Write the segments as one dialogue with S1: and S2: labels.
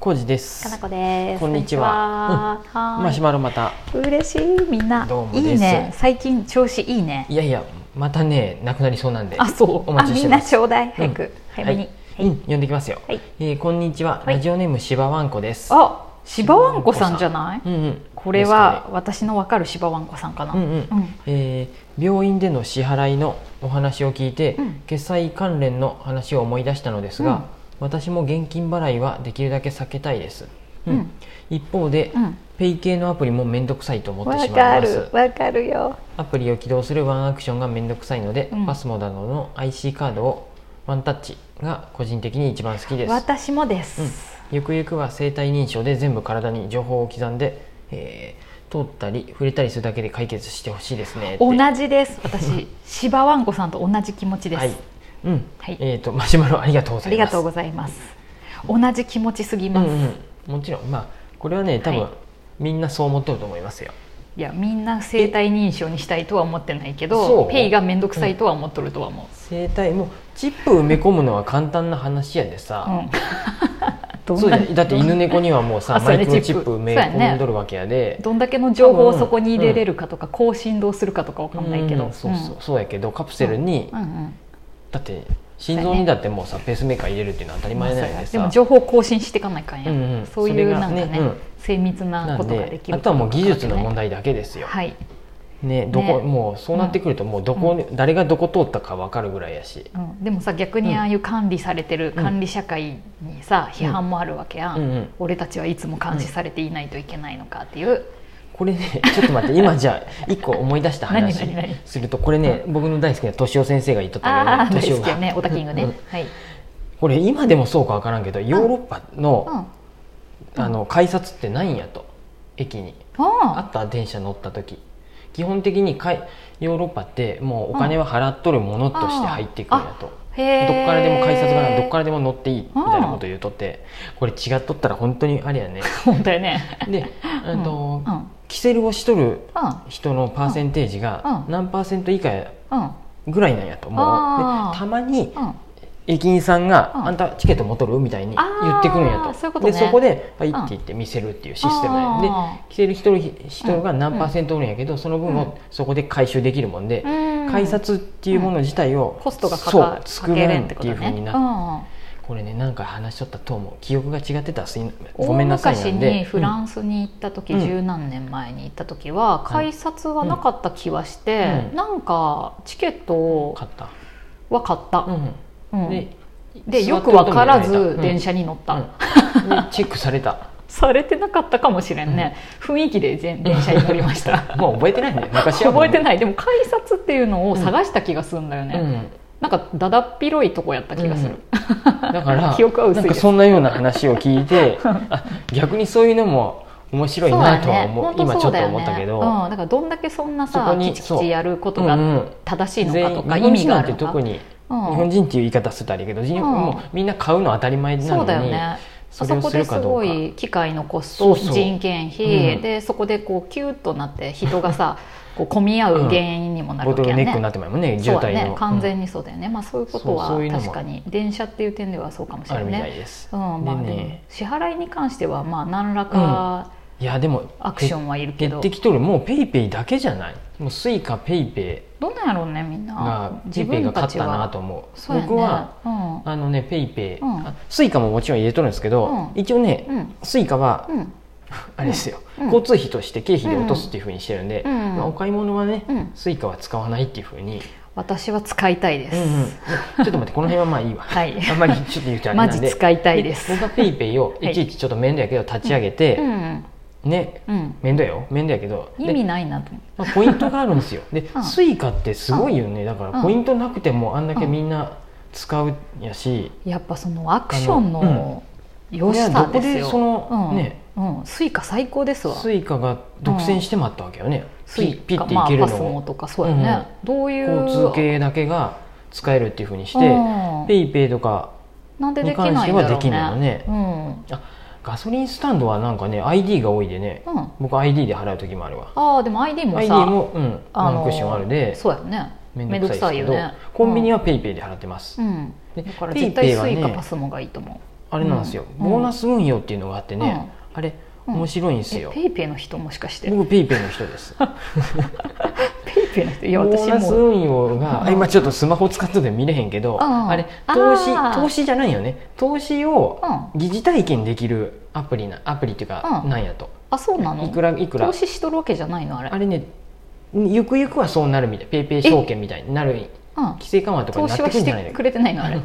S1: コウジです
S2: かなこです。
S1: こんにちは
S2: こんにちは。
S1: マシュ
S2: は
S1: マロまた
S2: ーい嬉しい、みんな
S1: どうも。で
S2: い
S1: す
S2: いね、最近調子いいね。
S1: いやいやまたねなくなりそうなんで
S2: あ、そう。
S1: お待ちして
S2: あみん
S1: ま
S2: な
S1: す
S2: ちょうだい、早
S1: う
S2: く
S1: ん、
S2: 早めに。
S1: はい、うん、呼んできますよ、
S2: はい
S1: えーこんにちは、
S2: はい
S1: ラジオネームしばわんこです
S2: あ、芝わんこさんじゃない。
S1: うんうん
S2: これは、私のわかる芝わんこさんかな。
S1: ですかねうんうん、えー病院での支払いのお話を聞いて、
S2: うん
S1: 決済関連の話を思い出したのですが、
S2: うん
S1: 私も現金払いはできるだけ避けたいです、
S2: うん
S1: 一方で、
S2: うんうん
S1: ペイ系のアプリも面倒くさいと思って
S2: わ
S1: しま
S2: か
S1: います
S2: る、わかるよ。
S1: アプリを起動するワンアクションがめんどくさいので、
S2: うん
S1: パスモなどの IC カードをワンタッチが個人的に一番好きです、
S2: 私もで
S1: うん
S2: す。
S1: ゆくゆくは生体認証で全部体に情報を刻んで、えー通ったり触れたりするだけで解決してほしいですねって
S2: 同じです。私、芝わんこさんと同じ気持ちで
S1: はい
S2: す。、
S1: うん
S2: はい
S1: えー、とマシュマロありがとうご
S2: あ
S1: ざい
S2: り
S1: ま
S2: が
S1: す
S2: とうございます。同じ気持ちすぎます。
S1: うんうん、もちろんまあこれはね多分、
S2: はい
S1: みんなそう思ってると思いますよ
S2: いやみんな生体認証にしたいとは思ってないけ
S1: そ
S2: ど
S1: う
S2: ペイが面倒くさいとは思っとるとは思う、
S1: 生体もうチップ埋め込むのは簡単な話やでさ、
S2: うんどんな
S1: そうじゃんだって犬猫にはもう
S2: あ
S1: さ
S2: そう
S1: マ
S2: ね
S1: イクロチップ
S2: チップ
S1: 埋め
S2: そうや
S1: 込
S2: ね
S1: んどるわけやで、
S2: どんだけの情報をそこに入れれるかとか、こう振動するかとかわかんないけど、
S1: うんそうそうそうやけどカプセルに、
S2: うんうん
S1: だって心臓にだってもうさペースメーカー入れるっていうのは当たり前なんで
S2: でも
S1: さ
S2: 情報を更新していかないかんや、
S1: うんうん
S2: そ
S1: そ
S2: うい
S1: れ
S2: う
S1: が
S2: なんかね
S1: ねうん
S2: 精密な
S1: な
S2: こ
S1: ん
S2: とがで
S1: で
S2: きる
S1: あとはもう技術の問題
S2: 題
S1: だけですよ、
S2: はい、
S1: ねどこ
S2: ね
S1: もうそうなってくるともうどこに、誰がどこ通ったか分かるぐらいやし、
S2: うん、でもさ逆にああいう管理されてる、
S1: うん
S2: 管理社会にさ批判もあるわけや、
S1: うんうん、
S2: 俺たちはいつも監視されていないといけないのかっていう、
S1: これねちょっと待って今じゃあ一個思い出した話
S2: 何何何
S1: するとこれね、僕の大好きな敏夫先生が言っとった
S2: ああ
S1: けど
S2: 大
S1: 敏
S2: 好
S1: 夫
S2: きよねオタキングね、
S1: うん
S2: はい、
S1: これ今でもそうか分からんけどヨーロッパの、
S2: うん、あ
S1: あの改札ってないんやと駅にあ
S2: あ
S1: った電車乗った時基本的にかいヨーロッパってもうお金は払っとるものとして入っていくんやと、
S2: へえ
S1: どっからでも改札がないどっかららでも乗っていいみたいなこと言うとってこれ違っとったら本当にあれ やね
S2: 本当よね
S1: で、えっと
S2: うんうん
S1: キセルをしとる
S2: う
S1: 人のパーセンテージが
S2: うん
S1: 何パーセント以下
S2: んうん
S1: ぐらいなんやと
S2: あ
S1: もう
S2: ー
S1: でたまに
S2: うん
S1: 駅員さん
S2: う
S1: が「
S2: ん
S1: あんたチケット持っとる?」みたいに言ってくるんや
S2: あ
S1: と
S2: ーそういうことね
S1: でそこで「はい」って言って見せるっていうシステムなんや
S2: あ
S1: で着てる人人が何パーセントおるんやけどその分
S2: うん
S1: をそこで回収できるもんで、
S2: うん
S1: 改札っていうもの自体を、
S2: コストがか
S1: そう
S2: か
S1: 少
S2: かけ
S1: な
S2: れ
S1: い
S2: ん
S1: っ
S2: ってこ
S1: て
S2: と
S1: いう
S2: ね
S1: ふうになって、これね何回話しとったと思う記憶が違ってたらすい
S2: うん
S1: ごめんなさいな
S2: 大
S1: ん
S2: 昔に
S1: で
S2: フランスに行った時、
S1: うん
S2: 十何年前に行った時は改札はなかった気はして、
S1: うん
S2: なんかチケッ
S1: うん
S2: ト
S1: 買った、
S2: は買った、うん
S1: で
S2: で
S1: 座
S2: よ
S1: っ
S2: く
S1: とる
S2: わ
S1: とも
S2: か
S1: 言われ
S2: ら
S1: た
S2: ず電車に乗った、
S1: うんうんでチェックされた
S2: されてなかったかもしれんね、雰囲気で全 電車に乗り ました
S1: もう覚えてないんだよ昔はもう
S2: 覚えてないでも改札っていうのを探した気がするんだよね、
S1: うん
S2: なんかだだっ広いとこやった気がする、
S1: だから
S2: 記憶は薄
S1: な
S2: い
S1: ん
S2: で
S1: か
S2: す
S1: そんなような話を聞い てあ逆にそういうのも面白いなとは思う今ちょっと思ったけど、
S2: うん、だからどんだけそんな
S1: そ
S2: さ
S1: こに
S2: きち
S1: そ
S2: き
S1: う
S2: ちやること
S1: うん
S2: が
S1: うん
S2: 正しいの
S1: 全
S2: か
S1: 員
S2: と
S1: 日
S2: か意
S1: 本
S2: 味
S1: 人
S2: が
S1: な
S2: あ
S1: ん
S2: る
S1: て
S2: のか
S1: 特に、
S2: うん
S1: 日本人っていう言い方してたらあれやけど、人
S2: うん
S1: もうみんな買うの当たり前な
S2: そうだよ
S1: のに
S2: ね
S1: そ
S2: あ
S1: れ
S2: そ
S1: を
S2: こ
S1: する
S2: です
S1: かどう
S2: ご
S1: か
S2: い機械のコスト
S1: そうそう
S2: 人件
S1: う
S2: 費
S1: ん
S2: でそこでこうキュッとなって人 がさこう混み合う原因にもなる
S1: ボ
S2: わ
S1: ト
S2: け
S1: ルネ
S2: や
S1: ックに
S2: ね
S1: なってもらうもんね
S2: そ
S1: 渋
S2: うだ
S1: 滞の、
S2: ね完全にそうだよね、まあ、そういうことは
S1: そうそういうのも
S2: 確かに電車っていう点ではそうかもし
S1: うんあ
S2: れ
S1: るみ
S2: ない
S1: たい
S2: ね
S1: です、
S2: うんまあ、
S1: で
S2: でも
S1: ね
S2: 支払いに関してはまあ何らか
S1: いやでも
S2: アクションはいるけ
S1: 減
S2: ど、
S1: ってきとるもうペイペイだけじゃないもうスイカペイペ
S2: どんなんやろうねみん
S1: イが
S2: な
S1: ペイペイが勝ったなと思う
S2: そうやね
S1: 僕は
S2: うん
S1: あのねペイペイ、
S2: うん
S1: あスイカももちろん入れとるんですけど、
S2: うん
S1: 一応ね、
S2: うん
S1: スイカは、
S2: うん
S1: あれですよ、
S2: うん
S1: 交通費として経費で落とすっていうふうにしてるんで、
S2: うん
S1: まあ、お買い物はね、
S2: うん
S1: スイカは使わないっていうふうに、
S2: 私は使いたいです、
S1: うんうんちょっと待ってこの辺はまあいいわ、
S2: はい
S1: あんまりちょっと言うとあれな
S2: マ
S1: んで
S2: ジ使いたいです
S1: 僕はペイペイをいちいちちょっと面倒やけど立ち上げて、
S2: うん
S1: ね
S2: うん
S1: 面倒よ面倒やけど
S2: 意味
S1: で、
S2: ないなと思って
S1: まあ、ポイントがあるんですよで、
S2: うん
S1: スイカってすごいよねだか
S2: う
S1: ら
S2: ん
S1: ポイントなくてもあんだけみんな使うんやし、
S2: やっぱそのアクション
S1: あ
S2: の
S1: の
S2: 良しさですよ
S1: いやどこでその
S2: うん
S1: ね
S2: うん、スイカ最高ですわ
S1: スイカが独占してもらったわけよね、
S2: ス
S1: ピ
S2: イ
S1: ッピッ
S2: カ
S1: てい
S2: まあ
S1: ける
S2: パスモ
S1: の
S2: とかそうやね、どういう
S1: を交通系だけが使えるっていうふうにして、
S2: うん
S1: ペイペイとか
S2: なんでできないんだろうね
S1: に関してはでき
S2: う、
S1: なん
S2: うん
S1: あガソリンスタンドはなんかね ID が多いでね、僕 ID で払う時もあるわ
S2: ああでも ID も
S1: ID
S2: さ
S1: も、うん、
S2: あ
S1: ワ
S2: の
S1: ンクッションあるで
S2: そうやね
S1: 面倒くさいですけど
S2: めんどくさいよね
S1: コンビニはペイペイで払ってます、
S2: うん、
S1: で
S2: だから
S1: ペイ
S2: 絶
S1: ペ
S2: 対
S1: イは
S2: スイカ
S1: ね
S2: パスモがいいと思う
S1: あれなんですよ、
S2: うん
S1: ボーナス運用っていうのがあってね、あれ
S2: うん
S1: 面白いんです
S2: え
S1: よ、
S2: ペイペイの人もしかして
S1: 僕ペイペイの人です
S2: ペイペイの 人いや
S1: ボ
S2: 私
S1: ーナス
S2: も
S1: 運用が、あ今ちょっとスマホ使ってて見れへんけど、
S2: うん
S1: あれ
S2: あー
S1: 投資投資じゃないよね投資を
S2: うん
S1: 疑似体験できるアプリなアプリっていうか、
S2: うん
S1: なんやと
S2: あそうないの
S1: くらいくら
S2: 投資しとるわけじゃないのあれ
S1: あれねゆくゆくはそうなるみたいペイペイ証券みたいになる
S2: うん
S1: 規制緩和とか
S2: 投
S1: になっ
S2: 資
S1: て
S2: は
S1: くるん
S2: し
S1: じゃない
S2: て
S1: の
S2: くれてな いのあれ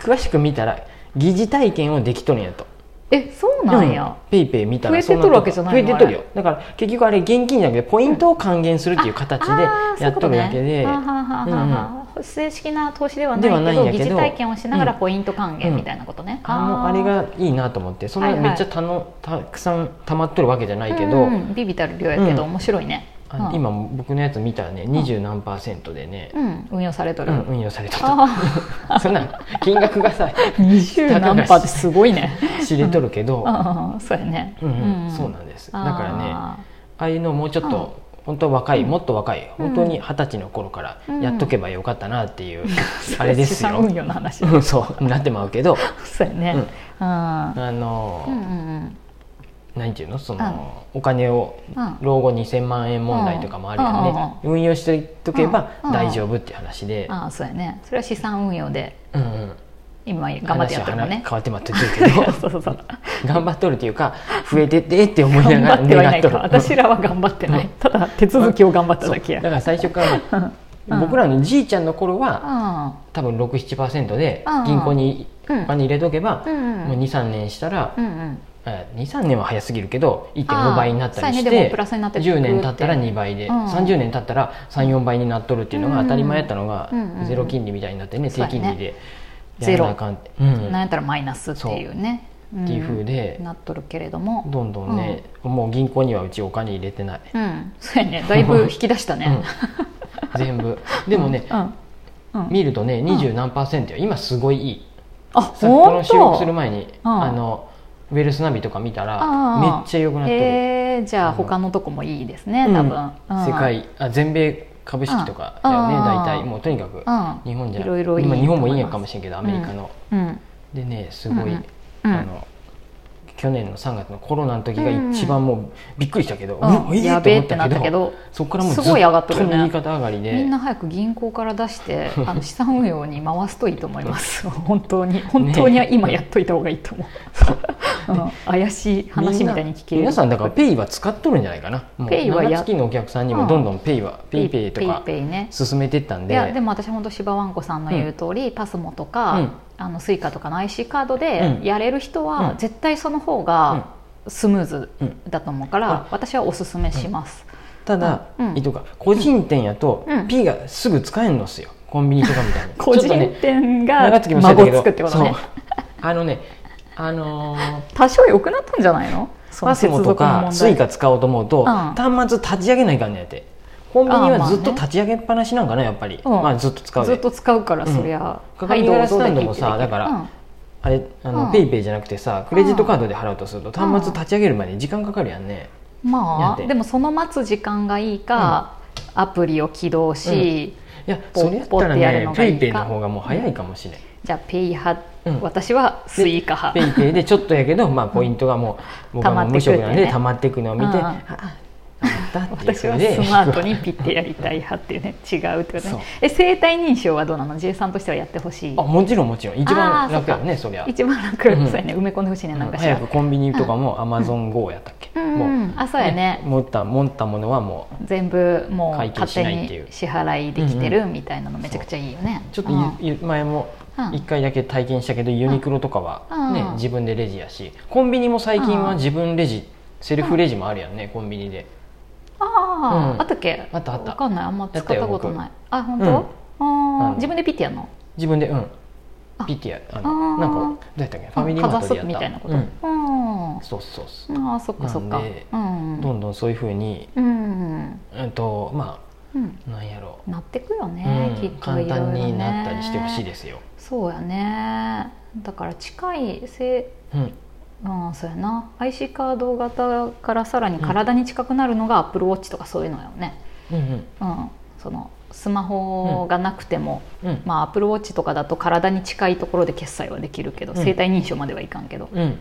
S1: 詳しく見たら疑似体験をできとるんやと
S2: えそうなんや
S1: ペイペイ見たら
S2: 増えてとるわけじゃないの
S1: 増えてとるよだから結局あれ現金じゃなくてポイントを還元するっていう形で
S2: あー
S1: やっとるだけで、
S2: そういうことねはあはあはあはあ正式な投資ではないけ
S1: ではないん
S2: ど
S1: やけど
S2: 疑似体験をしながら
S1: うん
S2: ポイント還元みたいなことね、
S1: あもうあれがいいなと思ってそんな
S2: はいはい
S1: めっちゃたの、たくさん溜まっとるわけじゃな
S2: ない
S1: けど、
S2: ビビたる量やけど、
S1: うん
S2: 面白いね、
S1: あの
S2: うん
S1: 今僕のやつ見たらね二十何パーセントでね、
S2: うん、運用されと
S1: う
S2: る、
S1: ん運用されとった
S2: あ
S1: そんな金額がさ
S2: あ20何パーってすごいね
S1: 知れとるけど、
S2: ああ そうやね、
S1: うんうんそうなんですだからねあ
S2: ね
S1: あいうのをもうちょっと、本当若い、もっと若い
S2: うん
S1: 本当に二十歳の頃から
S2: うん
S1: やっとけばよかったなっていう、 あれですよ、
S2: 運用の話
S1: うんそうなってまうけど
S2: そうやね、うん
S1: あの
S2: うんうんうん
S1: 何ていうのその、お金を
S2: うん
S1: 老後2000万円問題とかもある
S2: うん
S1: やんね、運用していとけば
S2: うん
S1: 大丈夫っていう話で、
S2: ああそうやねそれは資産運用で
S1: うんうん、
S2: 今頑張ってやってる
S1: 話
S2: もん
S1: は
S2: ね
S1: 変わってまってるけど
S2: そうそうそう
S1: 頑張っとるっていうか増えてってって思いな
S2: 頑
S1: がら
S2: 張ってはいな
S1: 願っ
S2: い
S1: と
S2: か
S1: る
S2: 私らは頑張ってないただ手続きを頑張っただけ
S1: そう
S2: や
S1: だから最初から
S2: うんうん
S1: 僕らのじいちゃんの頃は
S2: あ
S1: 多分67%で
S2: うん
S1: 銀行に
S2: うん
S1: お金入れとけば、
S2: あうんうん
S1: もう23年したら、
S2: うんうん
S1: えー23年は早すぎるけど
S2: あ
S1: 1.5
S2: ー
S1: 倍になったりし
S2: そうやねで
S1: て
S2: もプラスになってくる
S1: 10年経ったら2倍で、
S2: うん
S1: 30年経ったら34倍になっとるっていうのが当たり前やったのが、
S2: うんうん
S1: ゼロ金利みたいになってね
S2: そう
S1: 低
S2: やね
S1: 金利で
S2: ゼロ
S1: やらなあかんって、うん
S2: なんやったらマイナスっていうね
S1: っていう風で
S2: んなっとるけれども
S1: どんどんね、もう銀行にはうちお金入れてない、
S2: うんそうやねだいぶ引き出した
S1: うん
S2: ね
S1: 全部でもね、
S2: うんうん
S1: 見るとね二十何パーセントよ今すごいいい
S2: あ
S1: さこの
S2: 本
S1: 収録する
S2: 当
S1: 前に
S2: うん
S1: あのウェルスナビとか見たら
S2: あ
S1: め
S2: ー
S1: っちゃ良くなってる、
S2: えーじゃあ他のとこもいいですね
S1: うん
S2: 多分うん
S1: 世界あ全米株式とかだよね
S2: うん
S1: 大体
S2: うん
S1: もうとにかく
S2: うん
S1: 日本じゃ
S2: いろいろいい
S1: 今日本もいいん
S2: と思い
S1: や
S2: ます
S1: かもしれんけどアメリカの、
S2: うん
S1: でねすごい、
S2: うんうん
S1: あの去年の3月のコロナの時が一番もうびっくりしたけど、
S2: うん
S1: うわいい
S2: やべえってなったけど
S1: そこからもうずっ
S2: すごい上がっと
S1: と
S2: るよね
S1: 右肩上がりで
S2: みんな早く銀行から出して あの資産運用に回すといいと思います本当に本当に今やっといた方がいいと 思う、うん怪しい話みたいに聞け
S1: みんな皆
S2: る
S1: さんだからペイは使っとるんじゃないかなもう
S2: ペイはや
S1: 長月のお客さんにもどんどんペイは、ペイペイとか
S2: ペイペイね
S1: 進めてったん
S2: い
S1: で
S2: やでも私本当芝わんこさんの言う通り、パスモとか、
S1: うん
S2: あのスイカとかの IC カード
S1: う
S2: で
S1: ん
S2: やれる人
S1: う
S2: は
S1: ん
S2: 絶対その方がスムーズだと思うから、
S1: うん
S2: 私はおすすめします、
S1: ただ、
S2: うん
S1: いいとか個人店やと
S2: うん
S1: P がすぐ使えんのっすよコンビニとかみた いに
S2: 個人
S1: ちょっとね
S2: 店
S1: 長
S2: が
S1: 月もそうやったけ
S2: 孫を
S1: ど
S2: 作ってことね
S1: そうあのねあのー
S2: 多少良くなったんじゃないのその
S1: パス
S2: 接
S1: モ
S2: 続
S1: と
S2: の問題
S1: かスイカ使おうと思うと、
S2: ん
S1: 端末立ち上げないかんねやってコンビニ
S2: あーま
S1: は
S2: あね
S1: ずっと立ち上げっぱなしなんかなやっぱり、
S2: うん
S1: まあ、ずっと使うで
S2: ずっと使うから、
S1: うん
S2: そりゃ
S1: 鏡ガラススタンドもさ
S2: はいどうぞ
S1: だから
S2: できる
S1: あれあの、
S2: うん
S1: ペイペイじゃなくてさクレジットカードで払うとすると端末立ち上げるまでに時間かかるやんね、
S2: うん
S1: やっ
S2: ま
S1: て
S2: あでもその待つ時間がいいか、アプリを起動し、
S1: いや
S2: ポッ
S1: それやったら
S2: ポッてやる
S1: ね
S2: のが
S1: ペ
S2: いい
S1: イ
S2: か
S1: ペイの方がもう早いかもしれない、
S2: じゃあペイ派、
S1: うん
S2: 私はスイカ派
S1: ペイペイでちょっとやけど、まあ、ポイントがもう、僕はもう無職なんで溜
S2: 溜
S1: まっていくのを見て、
S2: うん
S1: ああったっていう
S2: 私
S1: それ
S2: は
S1: で
S2: スマートにピッてやりたい派っていうね違うってこと
S1: そう
S2: ねえ生体認証はどうなの J さんとしてはやってほしい
S1: あもちろんもちろん一
S2: あ
S1: 番
S2: ー
S1: 楽やもんねそりゃ、
S2: 一番楽、
S1: うん
S2: そうやね埋め込んでほしいねなんかし
S1: 早
S2: ら
S1: くコンビニとかもアマゾン GO やったっけ、
S2: うんうん
S1: も
S2: あそうやね
S1: 持った持ったものはもう
S2: 全部もう
S1: 会計
S2: 勝
S1: し
S2: 手
S1: ないっていう
S2: に支払いできてるみたいなのめちゃくちゃいいよね
S1: ちょっと
S2: うん
S1: ゆ、ゆ前も
S2: うん
S1: 1回だけ体験したけど、ユニクロとかは、ね
S2: うん
S1: 自分でレジやしコンビニも最近は自分レジ、セルフレジもあるやんねコンビニで
S2: ああ、
S1: うん
S2: あったっけ
S1: あったあった
S2: わかんないあんま使ったことないあ本
S1: うん
S2: 当、あ
S1: あの
S2: あ自分でピッてやるの
S1: 自分でうん
S2: あ
S1: ピッてやあ
S2: あ
S1: の
S2: ー
S1: なんかどうやったっけファミリーマートでやった
S2: かざすみたいなこと、
S1: う
S2: うんん、
S1: そうそうそう、
S2: ああそっかそっか
S1: なんで
S2: うん
S1: どんどんそういうふうに、
S2: うん
S1: うん、とま
S2: うん
S1: あなんやろ
S2: なってくよ
S1: う、
S2: ね、
S1: うん
S2: きっと
S1: 簡単になったりしてほしい
S2: です
S1: ですよ、
S2: そうやねだから近いせ
S1: うん、
S2: うんそうやな IC カード型からさらに体に近くなるのが AppleWatch とかそういうのよね、
S1: うんうん
S2: うん、そのスマホがなくても、
S1: うん
S2: まあ、アップルウォッチとかだと体に近いところで決済はできるけど、
S1: うん
S2: 生体認証まではいかんけど、
S1: うん
S2: うん、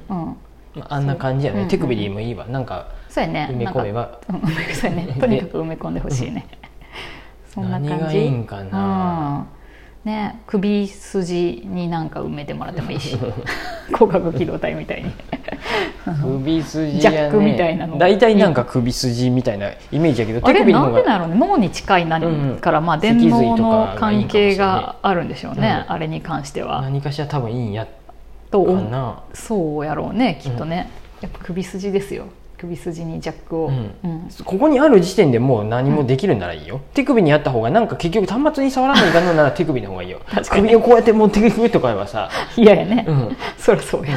S1: まあ、あんな感じやね、
S2: そう
S1: 手首でもいいわなんか
S2: そうやね
S1: 埋め込めば
S2: なんかうん 埋めそうやねとにかく埋め込んでほしいねそんな
S1: 何
S2: 感
S1: が
S2: じ
S1: いいんかな、
S2: うんね、首筋になんか埋めてもらってもいいし 広角機動隊みたいに
S1: 首筋
S2: ジ
S1: やね
S2: ャックみたいなの
S1: 大体なんか首筋みたいなイメージやけど
S2: あ
S1: 手
S2: れ
S1: 首の
S2: な
S1: 方
S2: んで
S1: が
S2: なの脳に近い
S1: うんう
S2: 何
S1: ん
S2: から、まあ、電
S1: 脊髄とかがいいん
S2: 脳
S1: かもしれな
S2: の
S1: い
S2: 関係があるんでしょうね、
S1: うん
S2: あれに関しては。
S1: 何かしら多分いいんやか
S2: と思う
S1: な
S2: そうやろうねきっとね、やっぱ首筋ですよ首筋にジャックを、
S1: うん
S2: うん
S1: ここにある時点でもう何もできるならいいよ、手首にあった方がなんか結局端末に触らないかんのなら手首の方がいいよ
S2: 確かに
S1: 首をこうやって持っていくとかはさ、
S2: 嫌やね、
S1: うん、
S2: そりゃそうや、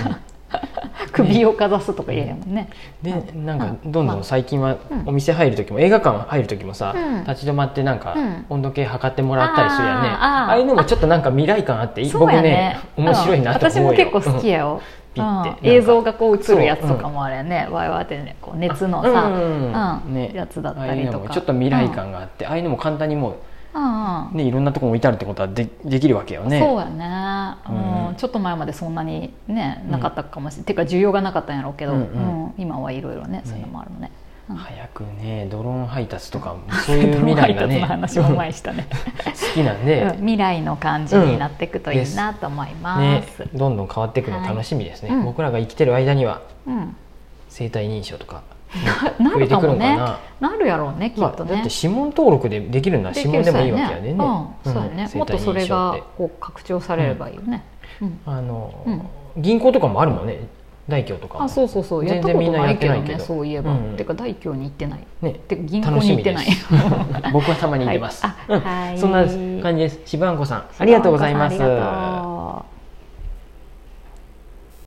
S2: 首をかざすとか嫌やもんね、
S1: で
S2: うん
S1: なん
S2: う
S1: か
S2: ん
S1: どんど
S2: まあ
S1: ん最近は
S2: うん
S1: お店入る時も映画館入る時もさ、
S2: うん
S1: 立ち止まってなんか
S2: うん
S1: 温度計測ってもらったりするやね、
S2: あーあー
S1: ああいうのもちょっとなんか未来感あっていい
S2: そう
S1: 僕
S2: や
S1: ね面白いなと思うよ、
S2: ん私も結構好きやよ、
S1: うん
S2: うん
S1: ピッてなんか
S2: 映像がこう映るやつとかもあれやね、わいわいってねこう熱のさ、
S1: うんうんうんね
S2: やつだっ
S1: あ
S2: た
S1: あい
S2: り
S1: う
S2: と
S1: の
S2: か
S1: もちょっと未来、感があって、ああいうのも簡単にも
S2: うんうんうん
S1: う、ね、いろんなとこも置いてあるってことはでできるわけよね
S2: そうやね、うん
S1: うん
S2: ちょっと前までそんなにねなかったかもしれない、てか需要がなかったんやろうけど、
S1: うんうん
S2: うん今はいろいろねそういうのもあるのね、うん
S1: 早くねドローン配達とかも そういう未来がね
S2: 配達の話も前にしたね、
S1: 好きなんで、
S2: うん未来の感じになっていくといいなと思いま
S1: ね
S2: す、、
S1: どんどん変わっていくの楽しみですね、
S2: はいうん
S1: 僕らが生きてる間には
S2: うん
S1: 生体認証とか
S2: な
S1: 増え
S2: る
S1: て
S2: か
S1: くる
S2: も
S1: のかな
S2: ねなるやろうねき
S1: ま
S2: っ
S1: あ、
S2: と
S1: だっ
S2: ね、
S1: て指紋登録でできるのは指紋でもいいわけやでね
S2: うん、そうや
S1: うん
S2: ね、
S1: 生
S2: もっと
S1: 体
S2: そ
S1: 認
S2: れ
S1: 証っ
S2: が
S1: て
S2: こう拡張されればいいよね、うん
S1: あの、
S2: う
S1: 銀行とかもあるもんね大京とかも
S2: あそうそうそうや
S1: 全
S2: った
S1: 然
S2: こ
S1: み
S2: と
S1: んな
S2: な
S1: や
S2: い
S1: って
S2: け
S1: な
S2: ど
S1: いけど
S2: ねそういえば、
S1: うん
S2: てか大京に行ってない
S1: ね
S2: てか銀行に行ってない
S1: 楽しみ です僕はたまに行ってます、
S2: はいあ
S1: うん
S2: はい
S1: そんな感じですしばんこさんありがとうございます
S2: ありがとう